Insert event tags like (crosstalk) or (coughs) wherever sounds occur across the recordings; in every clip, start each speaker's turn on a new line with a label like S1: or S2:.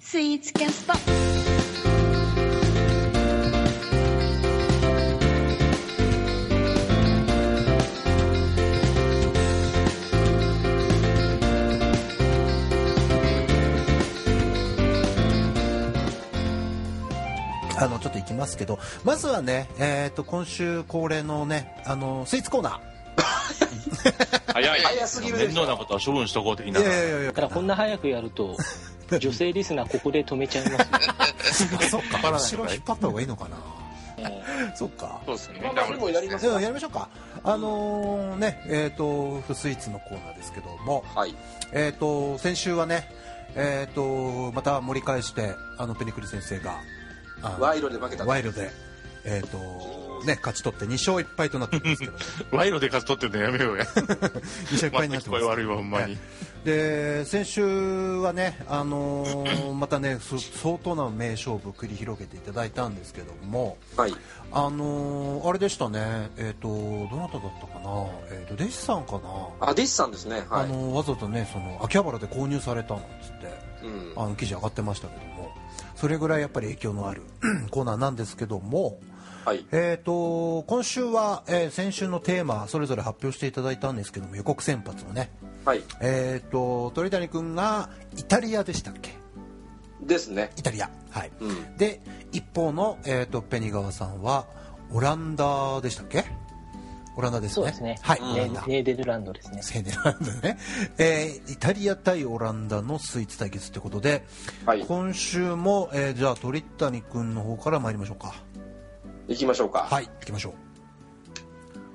S1: スイーツキャスト。
S2: あのちょっと行きますけどまずはね、えー、と今週恒例のねあのスイーツコーナ
S3: 早い。
S4: 早すぎるでしょ
S3: 面倒なことは処分しとこう的
S2: ー
S3: な。
S2: いや
S5: だからこんな早くやる (laughs) と、女性リスナーここで止めちゃいますね。
S2: そっか
S3: 張らない
S2: 後ろ引っ張った方がいいのかな、そっか
S3: そうですね
S4: まあまあでもやります
S2: で
S4: か
S2: はやりましょうかあのーねえっ、とフスイーツのコーナーですけども
S4: はい
S2: えっ、と先週はねえっ、とまた盛り返してあのペニクリ先生があの
S4: 賄賂で負けた
S2: 賄賂でえっ、とね勝ち取って2勝1敗となってるんですけど
S3: 賄賂で勝ち取ってるのやめようや。
S2: 2勝1敗になって
S3: (laughs)
S2: ます
S3: また聞こえ悪いわほ
S2: (laughs)
S3: んまに
S2: で先週はね、あのー (coughs) またねそ相当な名勝負繰り広げていただいたんですけども
S4: はい
S2: あのーあれでしたねえっ、とどなただったかなえっ、と弟子さんかな
S4: あディスさんですねは
S2: あのわざとねその秋葉原で購入されたのっつって
S4: い、うん、
S2: あの記事上がってましたけどもそれぐらいやっぱり影響のある (coughs) コーナーなんですけども、
S4: はい
S2: えー、と今週は、えー先週のテーマそれぞれ発表していただいたんですけども予告先発をね、
S4: はい
S2: えー、と鳥谷君がイタリアでしたっけ
S4: ですね
S2: イタリアはい、
S4: うん
S2: で一方の、えー、とペニガワさんはオランダでしたっけオランダですね
S5: (laughs) そうですね。
S2: はい、
S5: ね
S2: オランダ
S5: ネーデルランドですね。
S2: 青年なんだね、えーイタリア対オランダのスイーツ対決ということで、
S4: はい
S2: 今週も、えーじゃあ鳥谷君の方から参りましょうか
S4: 行きましょうか
S2: はい行きましょ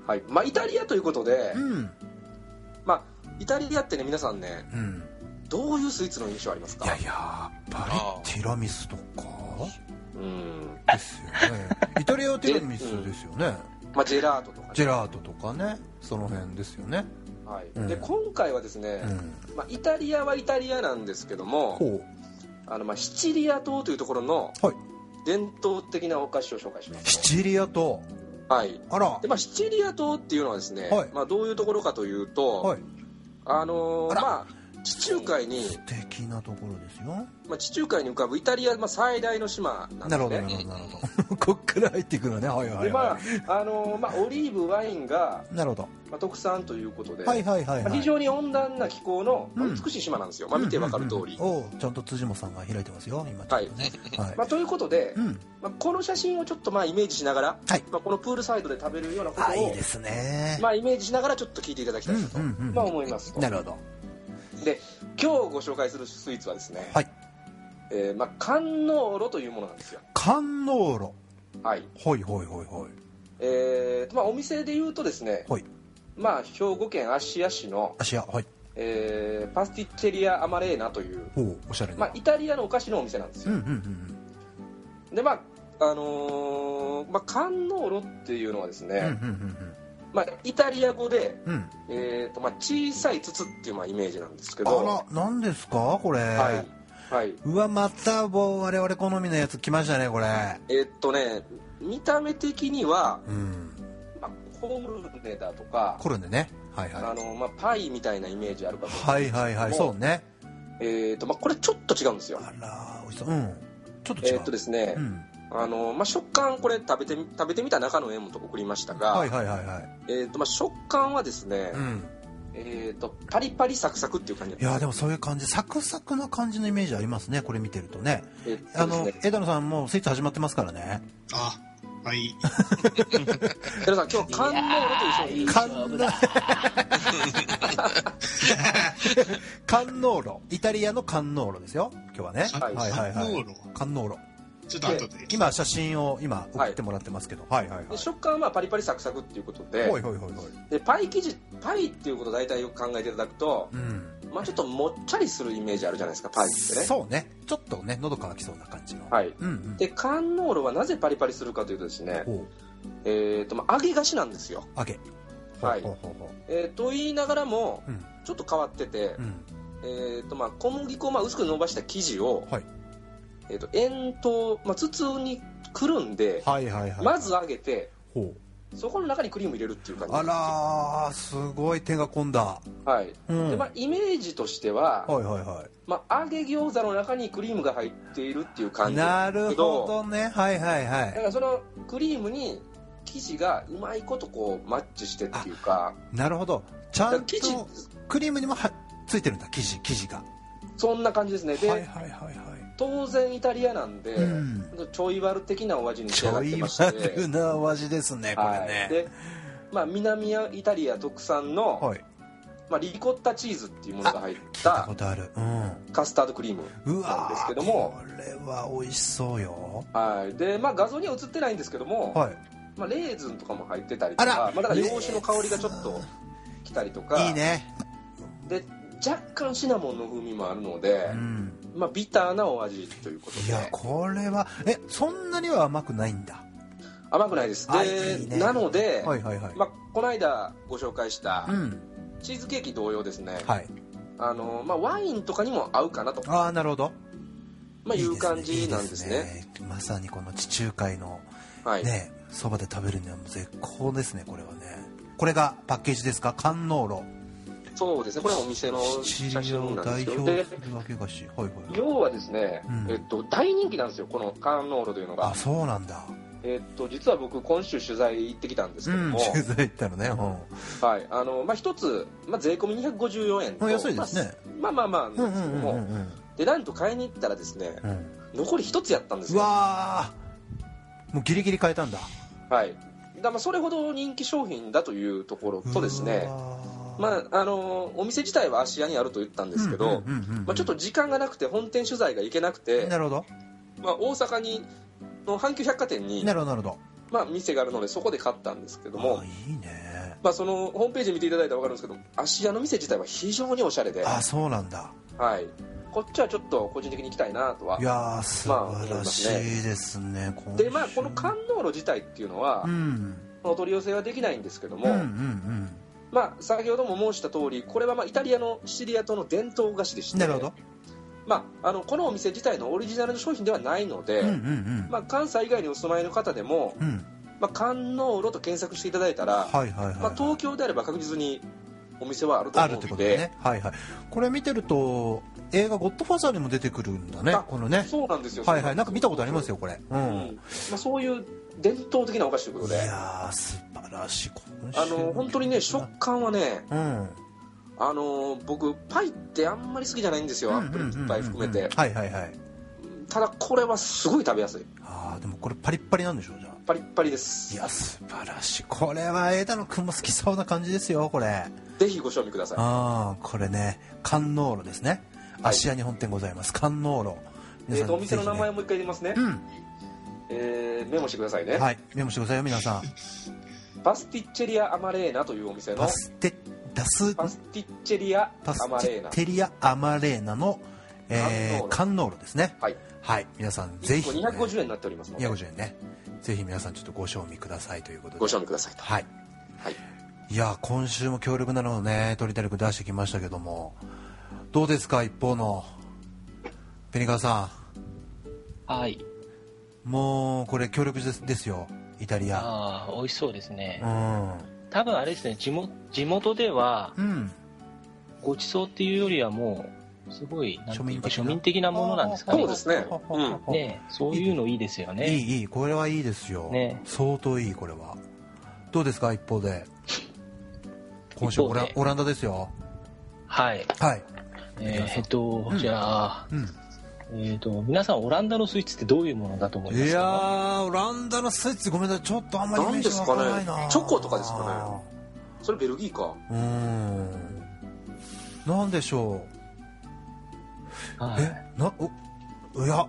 S4: はい、まあイタリアということで、
S2: ううん
S4: まあイタリアってね皆さんね
S2: うん
S4: どういうスイーツの印象ありますか
S2: いややっぱりティラミスとか
S4: うん
S2: ですよねイタリアはティラミスですよね
S4: まあジェラートとかね
S2: ジェラートとかねその辺ですよね
S4: はい
S2: うん
S4: で今回はですね
S2: う、ん
S4: まあ、イタリアはイタリアなんですけども
S2: こ
S4: あのまあシチリア島というところの
S2: うはい
S4: 伝統的なお菓子を紹介します
S2: シチリアと
S4: はい
S2: あらは
S4: でまあ、シチリア島っていうのはですね、
S2: はい
S4: まあ、どういうところかというと、
S2: い
S4: あのー
S2: あら
S4: まあ、地中海に
S2: 素、敵なところですよ
S4: まあ、地中海に浮かぶイタリア、まあ、最大の島なん
S2: な
S4: で
S2: る
S4: す
S2: ほどなるほ
S4: ね
S2: どなるほど (laughs) こっから入っていくのねはいはい
S4: で
S2: は
S4: まああのーまあ、オリーブワインが、
S2: いなるほど
S4: まあ、特産ということで、
S2: はいはいはい、
S4: ま
S2: は
S4: あ
S2: い、
S4: 非常に温暖な気候の、まあ
S2: うん
S4: 美しい島なんですよ、まあ、見てわかる通り、
S2: うんうんうんおうちゃんと辻本さんが開いてますよ今ちょっとねはい、
S4: まあ、ということで、
S2: うん
S4: まあ、この写真をちょっとまあイメージしながら、
S2: はい
S4: まあ、このプールサイドで食べるようなこと
S2: あいい
S4: を
S2: ですね、
S4: まあ、イメージしながらちょっと聞いていただきたいなと、
S2: うんうんうん
S4: まあ、思いますと
S2: なるほど
S4: で今日ご紹介するスイーツはですね、
S2: はい
S4: えーまあ、観音炉というものなんですよ、
S2: 観音炉
S4: はい
S2: ほいほいほいほい
S4: えーまあ、お店でいうとですね、
S2: はい
S4: まあ、兵庫県芦屋市の、
S2: 足やはい
S4: えーパスティッチェリア・アマレーナという、
S2: ほうおしゃれな、
S4: まあ、イタリアのお菓子のお店なんです
S2: うん
S4: よ、
S2: うんうん
S4: でまああのーまあ、観音炉っていうのはですね、
S2: うんうんうん
S4: まあ、イタリア語で、
S2: うんうん
S4: えーとまあ、小さい筒っていうまあイメージなんですけど
S2: あら何ですかこれ、
S4: はい、はい、
S2: うわまたもう我々好みのやつ来ましたねこれ
S4: えーっとね見た目的には、
S2: うん
S4: まあ、ホールネだとか
S2: コルネねはい
S4: あ
S2: は
S4: のまあ、パイみたいなイメージあるか
S2: い
S4: と、
S2: はいはいはいそうね
S4: えーとまあ、これちょっと違うんですよ
S2: あら美味しそううんちょっと違う、
S4: えーっとですね、
S2: うん、
S4: あのまあ、食感これ食べてみ食べてみた中の絵もと送りましたが、
S2: はいはいはいはい
S4: えーっとまあ、食感はですね、
S2: うん
S4: えーっとパリパリサクサクっていう感じ
S2: いやでもそういう感じサクサクな感じのイメージありますねこれ見てるとね
S4: えーっ
S2: あ
S4: と
S2: の、
S4: ですね
S2: 枝野さんもうスイーツ始まってますからね
S6: あ、はい。
S4: 皆さん今日観音炉という商品
S2: 観音
S4: (laughs)
S2: (laughs) 観音炉イタリアの観音炉ですよ今日はね
S6: はい観音炉
S2: 観音炉
S6: ちょっと後で。
S2: 今写真を今送ってもらってますけど、はい、はいはいは
S4: で
S2: い
S4: 食感はパリパリサクサクっていうことで
S2: ほいほいほいほい
S4: でパイ生地パイっていうことを大体よく考えていただくと、
S2: うん
S4: まあ、ちょっともっちゃりするイメージあるじゃないですかパイってね
S2: そうねちょっとね喉乾きそうな感じの、
S4: はい
S2: うんうん
S4: で観音炉はなぜパリパリするかというとですね、
S2: ほう
S4: えーっとまあ、揚げ菓子なんですよ、
S2: 揚げ
S4: はい
S2: ほうほうほ
S4: えーと言いながらも
S2: ううん
S4: ちょっと変わってて、
S2: うん
S4: えーとまあ、小麦粉をまあ薄く伸ばした生地を、
S2: はい
S4: えー、と円筒、まあ、筒にくるんで、
S2: はいはいはい
S4: まず揚げて
S2: ほう
S4: そこの中にクリーム入れるっていう感じ
S2: あらーすごい手が込んだ、
S4: はい
S2: うん
S4: でまあ、イメージとしては、
S2: はいはいは
S4: まあ、揚げ餃子の中にクリームが入っているっていう感
S2: い
S4: じ
S2: なるほ
S4: だ
S2: どねはいはいは
S4: か
S2: い
S4: らそのクリームに生地がうまいことこうマッチしてっていうか
S2: なるほどち
S4: だ
S2: ゃ
S4: から
S2: ん
S4: 生地
S2: とクリームにもはついてるんだ生地生地が
S4: そんな感じですねで、
S2: はいはいはいはい
S4: 当然イタリアなんで、
S2: うん
S4: ちょい悪的なお味に仕
S2: ち
S4: 上が
S2: ょ
S4: って
S2: い
S4: まして
S2: バルなお味ですねこれ
S4: はい、
S2: ね
S4: で、まあ、南イタリア特産の、
S2: はい
S4: まあ、リコッタチーズっていうものが入っ
S2: 聞いた
S4: た
S2: ことあるうん
S4: カスタードクリーム
S2: う
S4: なん
S2: わ
S4: ですけ
S2: ー
S4: ども
S2: これは美味しそうよ
S4: はいで、まあ、画像には映ってないんですけども、
S2: はい
S4: まあ、レーズンとかも入ってたりと
S2: あら
S4: かまあ、だから洋酒の香りがちょっときたりとか
S2: いいね
S4: で若干シナモンの風味もあるので
S2: う、ん
S4: まあ、ビターなお味ということ
S2: い
S4: で
S2: やこれはえそんなには甘くないんだ
S4: 甘くないです
S2: あ
S4: で
S2: いいね
S4: なので、
S2: はいはいはい
S4: まあ、この間ご紹介した
S2: うん
S4: チーズケーキ同様ですね、
S2: はい
S4: あのまあ、ワインとかにも合うかなと、
S2: ああなるほど
S4: まあ、いう感じなんですね
S2: いいですねまさにこの地中海の
S4: はい
S2: ねそばで食べるにはもう絶好ですねこれはねこれがパッケージですか観音炉
S4: そうですねこれはお店の
S2: シ
S4: 写
S2: チリア
S4: 真
S2: を
S4: なん
S2: 代
S4: ですけど
S2: 表
S4: です
S2: るわけがしはいはい
S4: 要はですね、
S2: うん
S4: えっと、大人気なんですよこのカンノーロというのが
S2: あ、そうなんだ
S4: えっと、実は僕今週取材行ってきたんです
S2: う
S4: けど
S2: ん
S4: も、
S2: 取材行ったらねう
S4: (laughs) はいあのまあ、一つ、まあ、税込み254円と
S2: ん安いですね
S4: まあ、まあまあまあ
S2: う
S4: なん
S2: んう
S4: ですけど
S2: ん
S4: も、
S2: うんうん
S4: でなんと買いに行ったらですね
S2: うん
S4: 残り一つやったんです
S2: う
S4: よ
S2: わーもうギリギリ変えたんだ
S4: はいだまあそれほど人気商品だというところとですね
S2: あ
S4: まああのお店自体は芦屋にあると言ったんですけど、まあ、ちょっと時間がなくて本店取材が行けなくて、
S2: なるほど
S4: まあ、大阪にの阪急百貨店に、
S2: なるほどなるほ
S4: まあ、店があるのでそこで買ったんですけど
S2: ど
S4: も
S2: あいいね
S4: まあ、そのホームページ見ていただいたら分かるんですけど芦屋の店自体は非常におしゃれで、
S2: あそうなんだ
S4: はい、こっちはちょっと個人的に行きたいなとはい
S2: やー素晴らしいですね今週
S4: でまあこの観音路自体っていうのは、
S2: うん
S4: お取り寄せはできないんですけども、
S2: うんうんうん
S4: まあ、先ほども申した通りこれはまあイタリアのシチリア島の伝統菓子でして
S2: なるほど、
S4: まあ、あのこのお店自体のオリジナルの商品ではないので、
S2: うんうんうん、
S4: まあ、関西以外にお住まいの方でも
S2: うん、
S4: まあ、観音路と検索していただいたら、
S2: はいはいはい、
S4: まあ、東京であれば確実にお店はあると
S2: あるっ
S4: 思
S2: て
S4: う
S2: こ
S4: の
S2: とで
S4: で、
S2: ねはいはいこれ見てると映画「ゴッドファーザー」にも出てくるんだね
S4: あ
S2: このね
S4: そうなんですよ、
S2: はいはいなんか見たことあります
S4: よ、
S2: よこれう、
S4: うんんまあ、そういう伝統的なお菓子ということ
S2: い
S4: で、
S2: やー素晴らしい今週
S4: あの本当にね、食感はね、
S2: うん
S4: あの僕、パイってあんまり好きじゃないんですよ、アップルいっぱい含め
S2: うんうんうんう
S4: て
S2: ん、はいはいはい
S4: ただこれはすごい食べやすい、
S2: あーでもこれパリッパリなんでしょうじゃあ
S4: パリッパリで
S2: い
S4: す、
S2: や素晴らしいこれは枝野君も好きそうな感じですよこれ
S4: ぜひご賞味くださ
S2: ああこれね観音路ですね
S4: はい
S2: 芦屋に本店ございます観音路
S4: い。え
S2: 皆さ
S4: ー、
S2: ん
S4: とお店の名前をもう一回言いますね、
S2: ぜひね
S4: えーメモしてくださいね、
S2: うんはいメモしてくださいよ皆さん
S4: パスティッチェリア・アマレーナというお店の
S2: パステダス
S4: パスティッチェリア・
S2: パス
S4: アマ
S2: チ
S4: レー
S2: ェ
S4: ナ
S2: テリアアマレーナの、えー、
S4: カ
S2: カンノールですね
S4: はい
S2: はい皆さんぜ
S4: 1個
S2: ひ、ね、
S4: 250円になっておりますので
S2: 250円ねぜひ皆さんちょっとご賞味くださいということで
S4: ご賞味くださいと
S2: はい、
S4: はい、
S2: いや今週も強力なのをね鳥谷君出してきましたけどもどうですか一方のペニカワさ
S5: はい。
S2: んもうこれ強力ですですよイタリア
S5: ああ、美味しそうですね
S2: う。ん
S5: 多分あれですね、地元地元では、
S2: うん
S5: ごちそうっていうよりはもう、すごい、なんていうか
S2: 庶民的な
S5: 庶民的なものなんですかね。
S4: そうですねうん
S5: ねそういうのいいですよね。
S2: いいいいこれはいいですよ、
S5: ね
S2: 相当いいこれはどうですか一方で今週
S5: 一方
S2: オ
S5: で
S2: ラオランダですよ
S5: はい。
S2: はい、
S5: えーえっと、じゃあ、
S2: うん、
S5: えっと、皆さん、オランダのスイーツってどういうものだと思いま
S2: い
S5: す
S2: や
S5: か
S2: ーオランダのスイーツごめんなさいちょっとあんまりイメージが湧かないな
S4: なんですかねチョコとかですか
S2: ね
S4: それベルギーか
S2: うーんなんでしょう
S5: はい
S2: えなおいや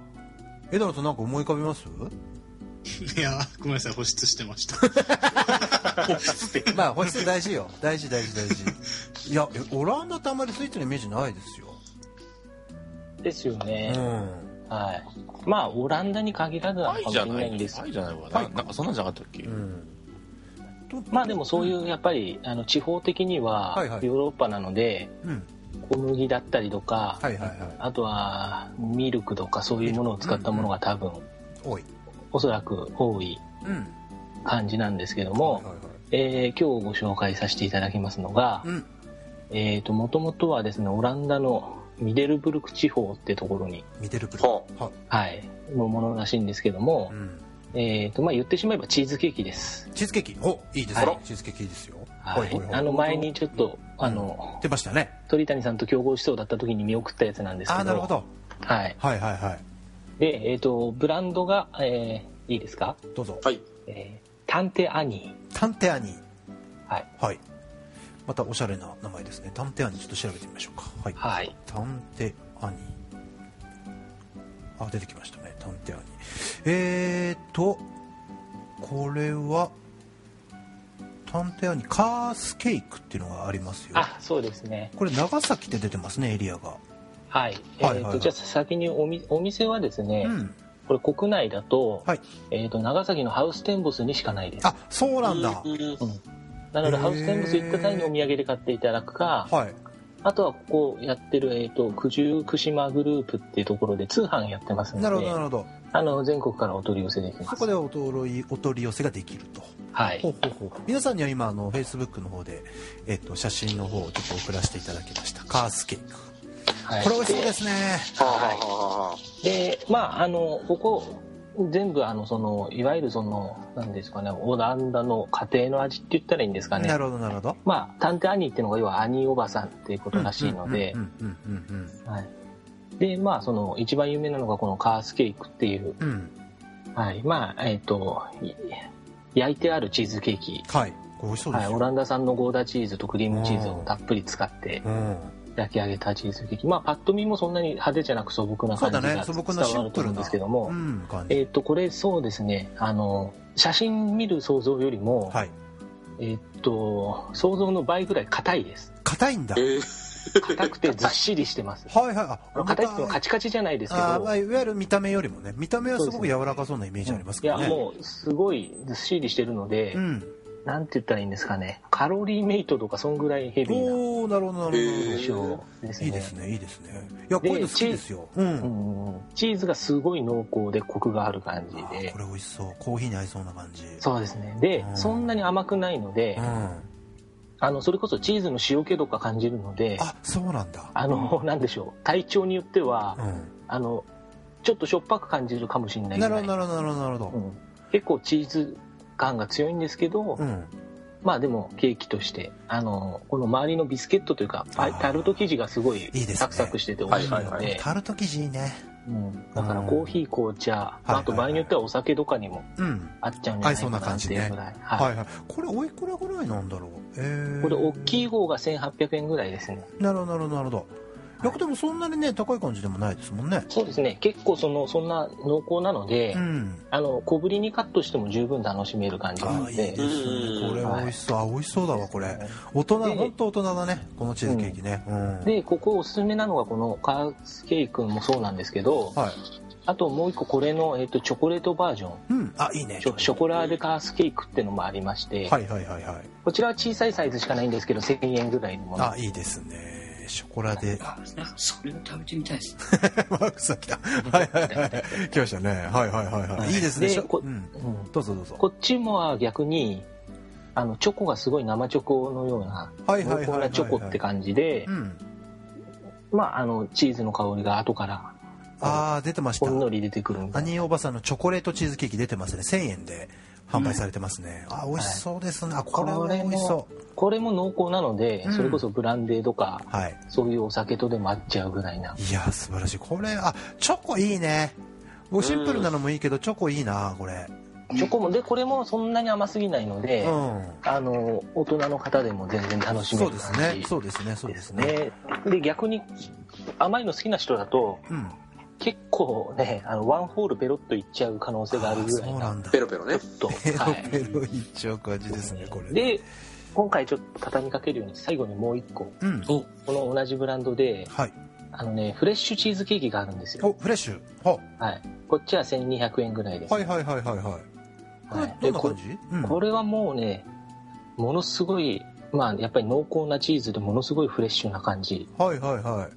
S2: 枝野さんなんか思い浮かびます
S6: いや、ごめんなさい、保湿してました。
S2: まあ保湿大事よ (laughs) 大事大事大事いやえオランダってあんまりスイーツのイメージないですよ、
S5: ですよね。
S2: うん
S5: はい。まあ、オランダに限らずな
S3: パ
S5: の
S3: イ
S5: かもし
S3: じゃ
S5: れ
S3: な
S5: ない
S3: い
S5: んです
S3: パイじゃないわ
S2: パイ
S3: な。なんかそんなんじゃなかったっけ
S2: うん
S5: まあでもそういうやっぱりあの地方的には
S2: は
S5: ヨ
S2: いはい
S5: ーロッパなので
S2: うん
S5: 小麦だったりとか
S2: はいはいはい
S5: あとはミルクとかそういうものを使ったものが多分
S2: 多い
S5: おそらく多い
S2: うん
S5: 感じなんですけども、
S2: はいはい
S5: えー今日ご紹介させていただきますのが、
S2: うん
S5: えーと、もともとはですね、オランダのミデルブルク地方ってところに、
S2: ミデルブル
S4: ほ
S2: は
S5: はい、のものらしいんですけども
S2: う、ん
S5: えーと、まあ、言ってしまえばチーズケーキです。
S2: チーズケーキおいいです
S5: あら
S2: ねチーズケーキいいですよ
S5: はい。あの、前にちょっと、あの、
S2: 出ましたね
S5: 鳥谷さんと競合しそうだった時に見送ったやつなんですけ
S2: あ
S5: ど、
S2: あなるほど
S5: はい。
S2: はいはいはい
S5: で、えっ、と、ブランドが、えーいいですか
S2: どうぞ
S4: はい。
S5: えー、探偵アニ
S2: 探偵アニー
S5: ー。はい。
S2: はいまたおしゃれな名前ですね探偵アニーちょっと調べてみましょうかはい
S5: はい。
S2: 探偵アニーあ出てきましたね探偵アニーえーとこれは探偵アニーカースケイクっていうのがありますよ
S5: あ、そうですね。
S2: これ長崎って出てますねエリアが
S5: はい。えっ、
S2: はいはいは
S5: と、
S2: い
S5: じゃあ先におみお店はですね、
S2: うん
S5: これ国内だと、
S2: はい
S5: えっ、と、長崎のハウステンボスにしかないです。
S2: あそうなんだ
S4: ううん
S5: なので、
S2: へー
S5: ハウステンボス行った際にお土産で買っていただくか、
S2: はい
S5: あとはここやってる、えっ、と、九十九島グループっていうところで通販やってます
S2: なるほど
S5: の
S2: な
S5: で、
S2: るほど
S5: あの、全国からお取り寄せでき
S2: そ
S5: ます
S2: こ。でお取りお取り寄せができると
S5: はい
S2: ほ。うほうほう皆さんには今あの Facebook の方で、えっと写真の方をちょっと送らせていただきましたカースケイク
S5: はい、
S2: これ美味しそうですね
S4: はあはあはあはあ
S5: でまああのここ全部あのそのいわゆるその何ですかねオランダの家庭の味って言ったらいいんですかね
S2: なるほどなるほど
S5: まあ探偵兄っていうのが要は兄おばさんっていうことらしいので
S2: うんうんうん
S5: はいでまあその一番有名なのがこのカースケークっていう
S2: うんうんうん
S5: はいまあえっ、とい焼いてあるチーズケーキ
S2: はいこれ美味しそうで
S5: は
S2: す
S5: い、
S2: よ、
S5: オランダ産のゴーダチーズとクリームチーズをたっぷり使って
S2: うん
S5: 焼き上げたチーズケーキまあパッと見もそんなに派手じゃなく素朴な
S2: そう
S5: 感じ
S2: だ
S5: が伝
S2: ね
S5: わ
S2: 素朴なシン
S5: ると
S2: プ
S5: 思う
S2: ル
S5: んで
S2: な
S5: すけども、
S2: うん、感じ、
S5: えっ、と、これそうですね、あの、写真見る想像よりも、
S2: はい
S5: えっ、と、想像の倍ぐらい硬いです。
S2: 硬いんだ
S4: え
S2: はい
S4: ー
S5: 硬くてずっしりしてます。
S2: (laughs) はいあ
S5: あの硬いっていうのはカチカチじゃないですけど、
S2: あーまあいわゆる見た目よりもね見た目はすごく柔らかそうなイメージあります
S5: い
S2: け
S5: や、
S2: どね
S5: もう、すごいずっしりしてるので、
S2: うん
S5: なんて言ったらいいんですかね、カロリーメイトとか、そんぐらいヘビーな
S2: おおなるほどなるほど、
S4: えー
S5: 印象ですね。
S2: いいですねいいですねいやこういうの好きですよ、うん
S5: うん、チーズがすごい濃厚でコクがある感じ
S2: あー
S5: で
S2: これ美味しそうコーヒーに合いそうな感じ
S5: そうですねで、
S2: うん
S5: そんなに甘くないので、
S2: うん、あ
S5: あのそれこそチーズの塩気とか感じるので
S2: そうなんだ
S5: あの、なんでしょう、体調によっては、
S2: うん
S5: あの、ちょっとしょっぱく感じるかもしれないぐ
S2: な
S5: らい
S2: るほどなるほどなるほどなるほど
S5: うん結構チーズ感が強いんですけど、
S2: うん
S5: まあでもケーキとして、あの、この周りのビスケットというか、パイ
S2: あー
S5: タルト生地がすごい
S2: いいですね
S5: サクサクしてて美味しい
S4: はい
S5: の
S4: はいは
S5: で、
S2: タルト生地いいね
S5: うんだからコーヒー、紅茶、
S2: いはい
S5: まああと場合によってはお酒とかにも
S2: うん
S5: 合っちゃうんじゃないかなっていうぐらい。
S2: は
S5: はい
S2: はいこれおいくらぐらいなんだろうえー
S5: い、これ大きい方が1800円ぐらいですね。
S2: なるほどなるほどなるほどいやでもそんなにね高い感じでもないですもんね
S5: そうですね。結構その、そんな濃厚なので、
S2: うん
S5: あの小ぶりにカットしても十分楽しめる感じな
S2: あ
S5: の
S2: ーいい
S5: で
S2: ですねこれ美味しそうあ美味しそうだわこれ大人
S5: で
S2: 本当大人だねこのチーズケーキねうん
S5: でここおすすめなのがこのカースケイ君もそうなんですけど
S2: はい
S5: あともう一個これの、えっとチョコレートバージョン
S2: うんあいいね
S5: ショショコラーデカースケイクってのもありまして、
S2: はいはいはいはい
S5: こちらは小さいサイズしかないんですけど1000円ぐらいのもの
S2: あいいですねショコラで
S1: あ、なんかそれを食べてみたいです。
S2: (laughs) マークさん来た。はいはいはい。来ましたね。はいはいはいはい。いいですね。
S5: で
S2: しょ
S5: こ
S2: うん
S5: うん
S2: どうぞどうぞ。
S5: こっちもは逆にあのチョコがすごい生チョコのような
S2: はい
S5: 濃厚なチョコって感じで
S2: うん。
S5: まああのチーズの香りが後から
S2: ああ出てました
S5: ほ。んのり出てくるみたいな
S2: アニーおばさんのチョコレートチーズケーキ出てますね。1000円で販売されてますね。あー美味しそうですね。あこれは美味しそう。
S5: これも濃厚なので、
S2: うん
S5: それこそブランデーとか
S2: はい。
S5: そういうお酒とでも合っちゃうぐらいない
S2: やー素晴らしい。これあチョコいいね。僕シンプルなのもいいけどチョコいいなこれ。
S5: チョコもでこれもそんなに甘すぎないので、
S2: うん。
S5: あの大人の方でも全然楽しめ
S2: そう
S5: る
S2: です
S5: 感
S2: ね
S5: じ。
S2: そうですね。そう
S5: で
S2: ですすね。
S5: ねで逆に甘いの好きな人だと
S2: うん。
S5: 結構ねあのワンホールペロッといっちゃう可能性があるぐらい
S2: そう
S5: な
S2: なんだ
S4: ペ。ロペロね。
S5: と、
S2: ペロ
S5: はい、
S2: ペロいっちゃう感じですねこれ。
S5: で今回ちょっと畳みかけるように最後にもう一個
S2: うん。
S1: お、
S5: この同じブランドで
S2: はい。
S5: あのねフレッシュチーズケーキがあるんですよ、
S2: おフレッシュ。は。
S5: はい、こっちは1200円ぐらいです、
S2: はいはいはいはいはい。こ
S5: はい
S2: れどんな感じ？うん
S5: これはもうねものすごいまあやっぱり濃厚なチーズでものすごいフレッシュな感じ
S2: はいはいは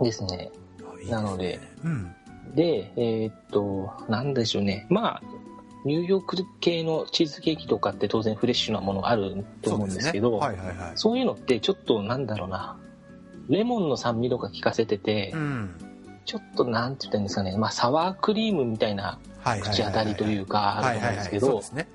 S2: い
S5: ですね
S2: あいいすね。
S5: なので
S2: うん
S5: でえーっとなんでしょうねまあニューヨーク系のチーズケーキとかって当然フレッシュなものがあると思うんですけど、
S2: はいはいはい。
S5: そういうのってちょっとなんだろうな、レモンの酸味とか効かせてて、
S2: うん。
S5: ちょっとなんて言ったらいいんですかね、まあサワークリームみたいな
S2: はいはいはいはい。
S5: 口当たりというか、あ
S2: は
S5: る
S2: い
S5: と
S2: はい
S5: 思うんで
S2: はい。
S5: すけ
S2: そう
S5: ど
S2: で、すね。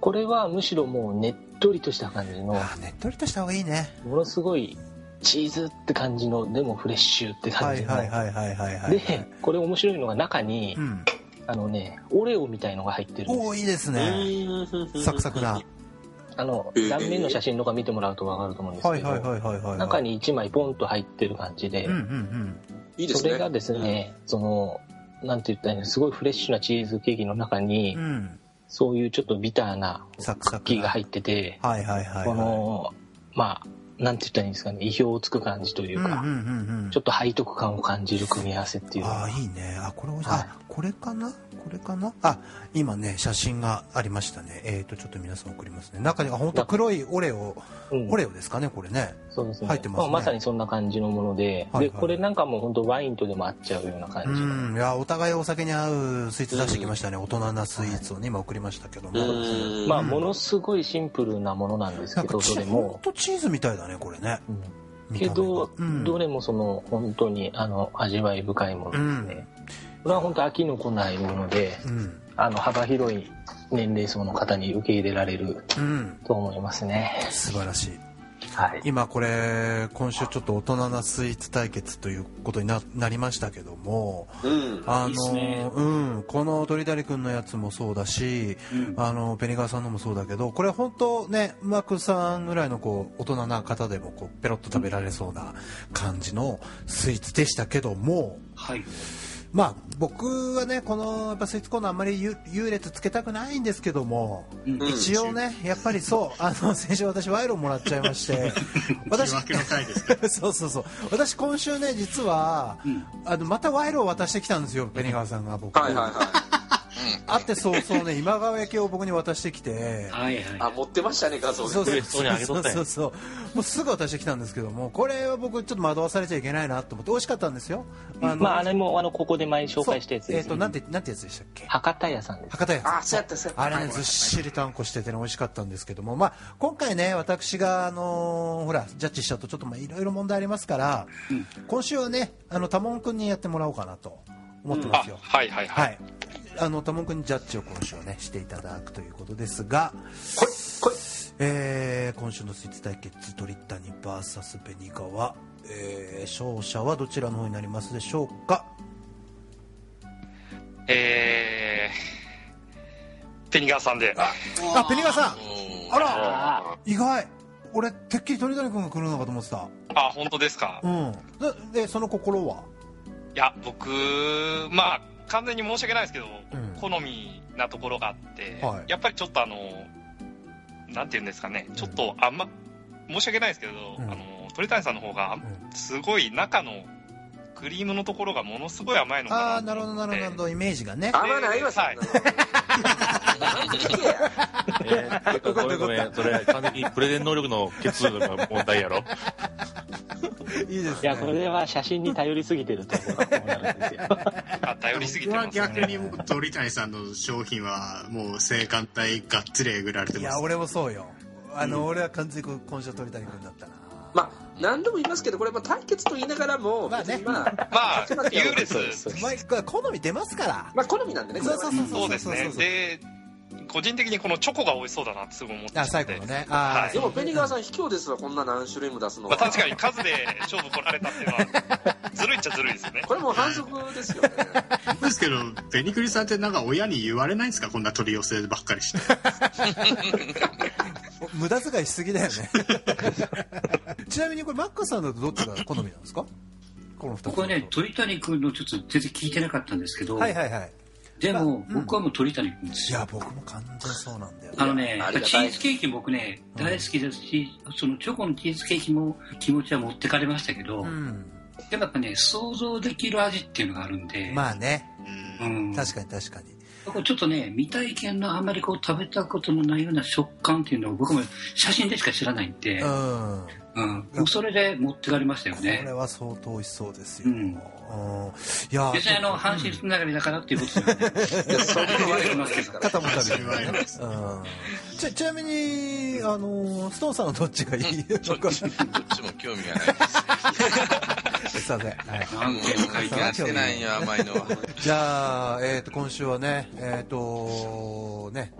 S5: これはむしろもうねっとりとした感じの、
S2: ああ、ねっとりとした方がいいね。
S5: ものすごいチーズって感じの、でもフレッシュって
S2: は
S5: 感じ
S2: い
S5: の。
S2: はいはいはいはいはい。
S5: で、これ面白いのが中に、
S2: うん。
S5: あのね、オレオみたいのが入ってるんで
S2: おお、
S5: す。
S2: いいですね。
S4: うん
S2: サクサクな。は。
S5: あの、
S4: えー
S5: 断面の写真とか見てもらうとわかると思うんです
S2: い
S5: け
S2: はい
S5: ど、
S2: はいはいはい。
S5: 中。に1枚ポンと入ってる感じで
S2: うんう、ん
S4: いいです
S5: そ
S4: ね。
S5: れがですね、その、なんて言ったらいいの、すごいフレッシュなチーズケーキの中に
S2: うん。う、ん。
S5: そういうちょっとビターな
S2: サク
S5: ク
S2: サ
S5: ッ
S2: ク
S5: キ
S2: な。
S5: ーが入ってて、
S2: はいはいはいはい。
S5: この、まあ、なんて言ったらいいんですかね、意表をつく感じという
S2: うんうん
S5: か、
S2: うんうん。
S5: ちょっと背徳感を感じる組み合わせっていうの
S2: あ
S5: が
S2: あいいねあこれ美味しい、
S5: はい
S2: あこれかなこれかなあ今ね写真がありましたねえっ、とちょっと皆さん送りますね中にあ本当黒いオレオ、
S5: うん
S2: オレオですかねこれね
S5: そうですね
S2: 入ってますね
S5: あまさにそんな感じのもので,、
S2: はいはい
S5: でこれなんかもう本当ワインとでも合っちゃうような
S2: う
S5: 感じの、
S2: んいやお互いお酒に合うスイーツ出してきましたね、大人なスイーツをね今送りましたけども、
S4: うん
S5: まあ、
S2: うん
S5: ものすごいシンプルなものなんです
S2: な
S5: け
S2: んか
S5: ど
S2: チ
S5: どれ
S2: ほん
S5: も、
S2: とチーズみたいだねこれね
S5: うん
S2: 見
S5: け
S2: た目が
S5: ど、
S2: うん、
S5: どれもその本当にあの味わい深いものですね、これは本当飽きのこないもので
S2: うん
S5: あの幅広い年齢層の方に受け入れられる
S2: うん
S5: と思いますね
S2: 素晴らしい
S5: はい
S2: 今これ今週ちょっと大人なスイーツ対決ということにななりましたけども
S4: うん。
S2: あ
S1: いいっす
S2: の
S1: ね
S2: うん、この鳥谷君のやつもそうだし、
S1: うん
S2: あのペニガーさんのもそうだけどこれ本当ねマクさんぐらいのこう大人な方でもこうペロッと食べられそうな感じのスイーツでしたけども、
S1: はい。
S2: まあ、僕はねこのやっぱスイーツコーナーあんまり優優劣つけたくないんですけども、
S1: うん
S4: うん
S2: 一応ねやっぱりそうあの先週私賄賂もらっちゃいまして
S1: (laughs)
S2: 私
S6: 言い訳の回です
S2: (laughs)
S6: か
S2: そうそうそう私今週ね実は、
S1: うん
S2: あのまた賄賂を渡してきたんですよペニガーさんが僕、
S4: はいはいはい。
S2: 会って早々ね (laughs) 今川焼きを僕に渡してきて
S1: はいはい。
S4: あ、持ってましたね、画像
S2: そう
S4: で。
S2: そう
S3: 嬉しそうにあげとったんや
S2: そうそうそうもうすぐ渡してきたんですけどもこれは僕ちょっと惑わされちゃいけないなと思って美味しかったんですよあ
S5: まああれもあのここで前紹介したやつ
S2: そうえ
S5: で
S2: っ、
S5: す、
S2: となんてなんてやつでしたっけ
S5: 博多屋さんです
S2: 博多屋さん
S4: あ、そうやった、そうや
S2: あれねずっしりとあんこしててね美味しかったんですけどもまあ今回ね私があのーほらジャッジしちゃうとちょっとまあいろいろ問題ありますから、今週はねあの多聞くんにやってもらおうかなと思ってますよ、
S3: はいはいは。
S2: はいい、あの多聞君にジャッジを今週はねしていただくということですが、
S4: こい
S2: えー今週のスイーツ対決鳥谷 VS 紅川、えー勝者はどちらの方になりますでしょうか
S7: えー、ペニガーさんで。
S2: あペニガさんあら
S5: あ
S2: 意外俺てっきり鳥谷君が来るのかと思ってた
S7: あ、本当ですか。
S2: うんだでその心はい
S7: や、僕、まあ、完全に申し訳ないですけど、
S2: うん
S7: 好みなところがあって、
S2: はい
S7: やっぱりちょっとあの、なんて言うんですかね、ちょっとあんま、申し訳ないですけど、
S2: うん
S7: あの、鳥谷さんの方が、
S2: ん
S7: すごい中のクリームのところがものすごい甘いの
S2: ああ
S7: か
S2: な
S7: な
S2: るほ
S7: と
S2: ど
S7: 思
S2: な
S7: っ
S2: る
S7: て。
S2: ほどなるほどイメージがね
S4: あんまないわ、そんなの。なんて言えや
S3: えー、ごめんごめん。それ、完全にプレゼン能力の欠如が問題やろ。
S2: いいですね
S5: いやこれは写真に頼りすぎてるところがこうなるんですよ
S7: あ頼りすぎて
S6: 僕は
S7: ます、ね。
S6: 逆にもう鳥谷さんの商品はもう青函隊がっつりえぐられて
S2: い
S6: ま
S2: や
S6: す
S2: 俺もそうよあの、俺は完全に今週は鳥谷君だったな
S4: まあ、何度も言いますけど、これ、まあ、対決と言いながらも、
S2: まあね
S4: 別にま
S2: (laughs)
S4: あ、
S7: まあ
S4: 勝ち負、けは
S7: 優劣
S5: そうですそうです
S2: まあ好み出ますから
S4: まあ、好みなんでね、これは
S2: そう
S7: そうですね。で、個人的にこのチョコが美味しそうだなってすごい思って
S2: あ
S7: た
S2: 最
S7: ん
S2: 後
S7: で
S2: の。ねあー、
S7: はい
S4: でも、ベニガーさん、卑怯ですわ、こんな何種類も出すの
S7: ま
S4: は。
S7: あ、確かに数で勝負来られたっていうのは、ずるいっちゃずるいです
S2: (laughs)
S7: よね。
S4: これもう反則ですよね。
S6: ですけどベニクリさんってなんか親に言われないんですかこんな取り寄せばっかりして
S2: 無駄遣いしすぎだよね (laughs) ちなみにこれマックさんだとどっちが好みなんですかこの2つ
S1: 僕はね、鳥谷君のちょっと全然聞いてなかったんですけど、
S2: はいはいはい
S1: でも、
S2: うん
S1: 僕はもう鳥谷君です
S2: い
S1: よ。
S2: や僕も完全そうなんだよ
S1: あのね、や
S4: あ
S1: っ
S4: り
S1: ぱ
S4: が
S1: チ
S4: たい
S1: ーズケーキ僕ね、
S2: うん
S1: 大好きですし、そのチョコのチーズケーキも気持ちは持ってかれましたけど、
S2: うん
S1: でもやっぱね、想像できる味っていうのがあるんで、
S2: まあね
S6: うん
S1: うん、
S2: 確かに確かに
S1: ここちょっとね、未体験のあんまりこう食べたことのないような食感っていうのを僕も写真でしか知らないんで、
S2: うん
S1: うん、もうそれで持ってかれましたよ
S2: こ
S1: ね
S2: れ。は相当美味しそうですよ、
S1: う
S2: う
S1: ん
S2: んいやー
S1: 別にあの、阪神つながりだからっていうことじゃない。
S4: いや、そんな言われてますか
S2: 肩もたれ
S6: 私はやです
S2: うんちなちなみにあのストーンさんはどっちがいい
S8: ちょど
S2: のか
S8: っ
S2: すい
S8: ちも興味がないです。
S2: (laughs) ません、はい、
S8: あ
S1: 何
S8: の、
S1: 件も書
S8: 会
S1: いて
S8: 見
S1: あ
S8: 合
S1: る
S8: ってないよ、甘いのは。
S2: (laughs) じゃあ、えー、と今週はねえっ、とね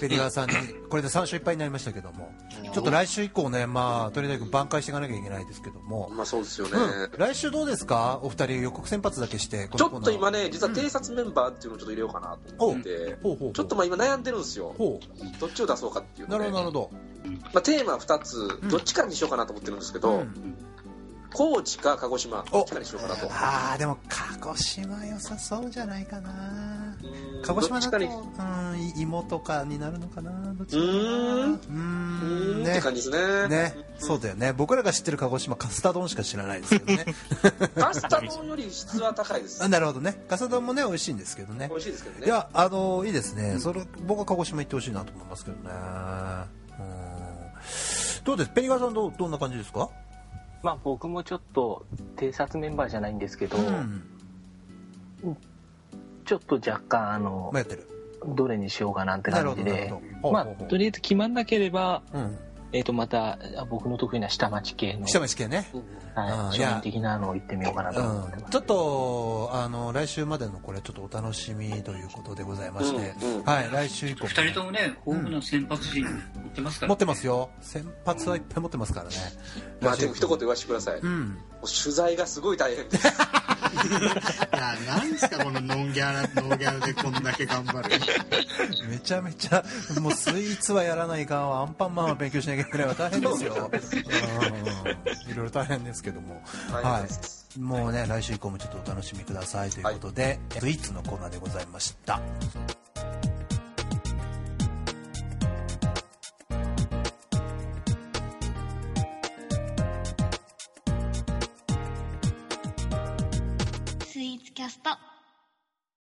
S2: ペリガーさんにこれで3勝1敗になりましたけどもちょっと来週以降ねまあとにかく挽回していかなきゃいけないですけども、
S4: まあそうですよね。
S2: うん、来週どうですかお二人予告先発だけしてこ
S4: ち
S2: の
S4: ょっと今
S2: コ
S4: ね、実は偵察メンバーっていうのをちょっと入れようかなと思って、
S2: ーナーほうほうほう
S4: ちょっとまあ今悩んでるんですよ。
S2: ほ
S4: どっちを出そうかっていう
S2: うな
S4: の
S2: る
S4: で、
S2: ほどなるほど、
S4: まあ、テーマ2つ
S2: うん、
S4: どっちかにしようかなと思ってるんですけ
S2: う
S4: ど、
S2: ん
S4: 高知か鹿児島、どっちかにしようかなと。
S2: ああでも鹿児島良さそうじゃないかな鹿児島だと
S4: どっち
S2: うんい芋とかになるのかなどっちか
S4: う
S2: な
S4: ー
S2: うー
S4: んうー
S2: ん
S4: んって
S2: ね
S4: 感じですね。
S2: ねそうだよね僕らが知ってる鹿児島カスタ丼しか知らないですけど
S4: (laughs)
S2: ね
S4: パスタ丼より質は高いです
S2: あ。なるほどねカスタ丼もね美味しいんですけどね
S4: 美味しいですけどね。
S2: いやあのいいですね、それ僕は鹿児島行ってほしいなと思いますけどねうんどうですペリガーさんどうどんな感じですか
S5: (laughs) まあ僕もちょっと偵察メンバーじゃないんですけど、
S2: うん
S5: ちょっと若干あの、
S2: 迷ってる
S5: どれにしようかなって
S2: なるほ
S5: 感
S2: ど
S5: じ
S2: なる
S5: で
S2: ほどほう
S5: まあ
S2: ほうほう
S5: とりあえず決まんなければ、
S2: うん
S5: えっとまたあ僕の得意な下町系の
S2: 下町系ねあ
S5: は
S2: ー
S5: い、
S2: いや
S5: 庶民的なのを言ってみようかなと思って
S2: うん
S5: ま
S2: ち
S5: す、
S2: ょっとあの来週までのこれちょっとお楽しみということでございまして、
S4: うんうん
S2: はい来週以降も
S1: 二人ともね、豊富な先発陣持ってますから、
S2: 持ってますよ先発はいっぱい持ってますからね、
S4: まあでも一言言わせてください。
S2: う
S4: も
S2: ん
S4: う取材がすごい大変です。
S6: いやなんですかこのノンギャラノンギャラでこんだけ頑張る
S2: めちゃめちゃもうスイーツはやらないかんわアンパンマンは勉強しなきゃいけないわ大変です
S4: (laughs)
S2: ようんいろいろ大変ですけども
S4: 大変
S2: は
S4: です
S2: いもうね来週以降もちょっとお楽しみくださいということで、スイーツのコーナーでございました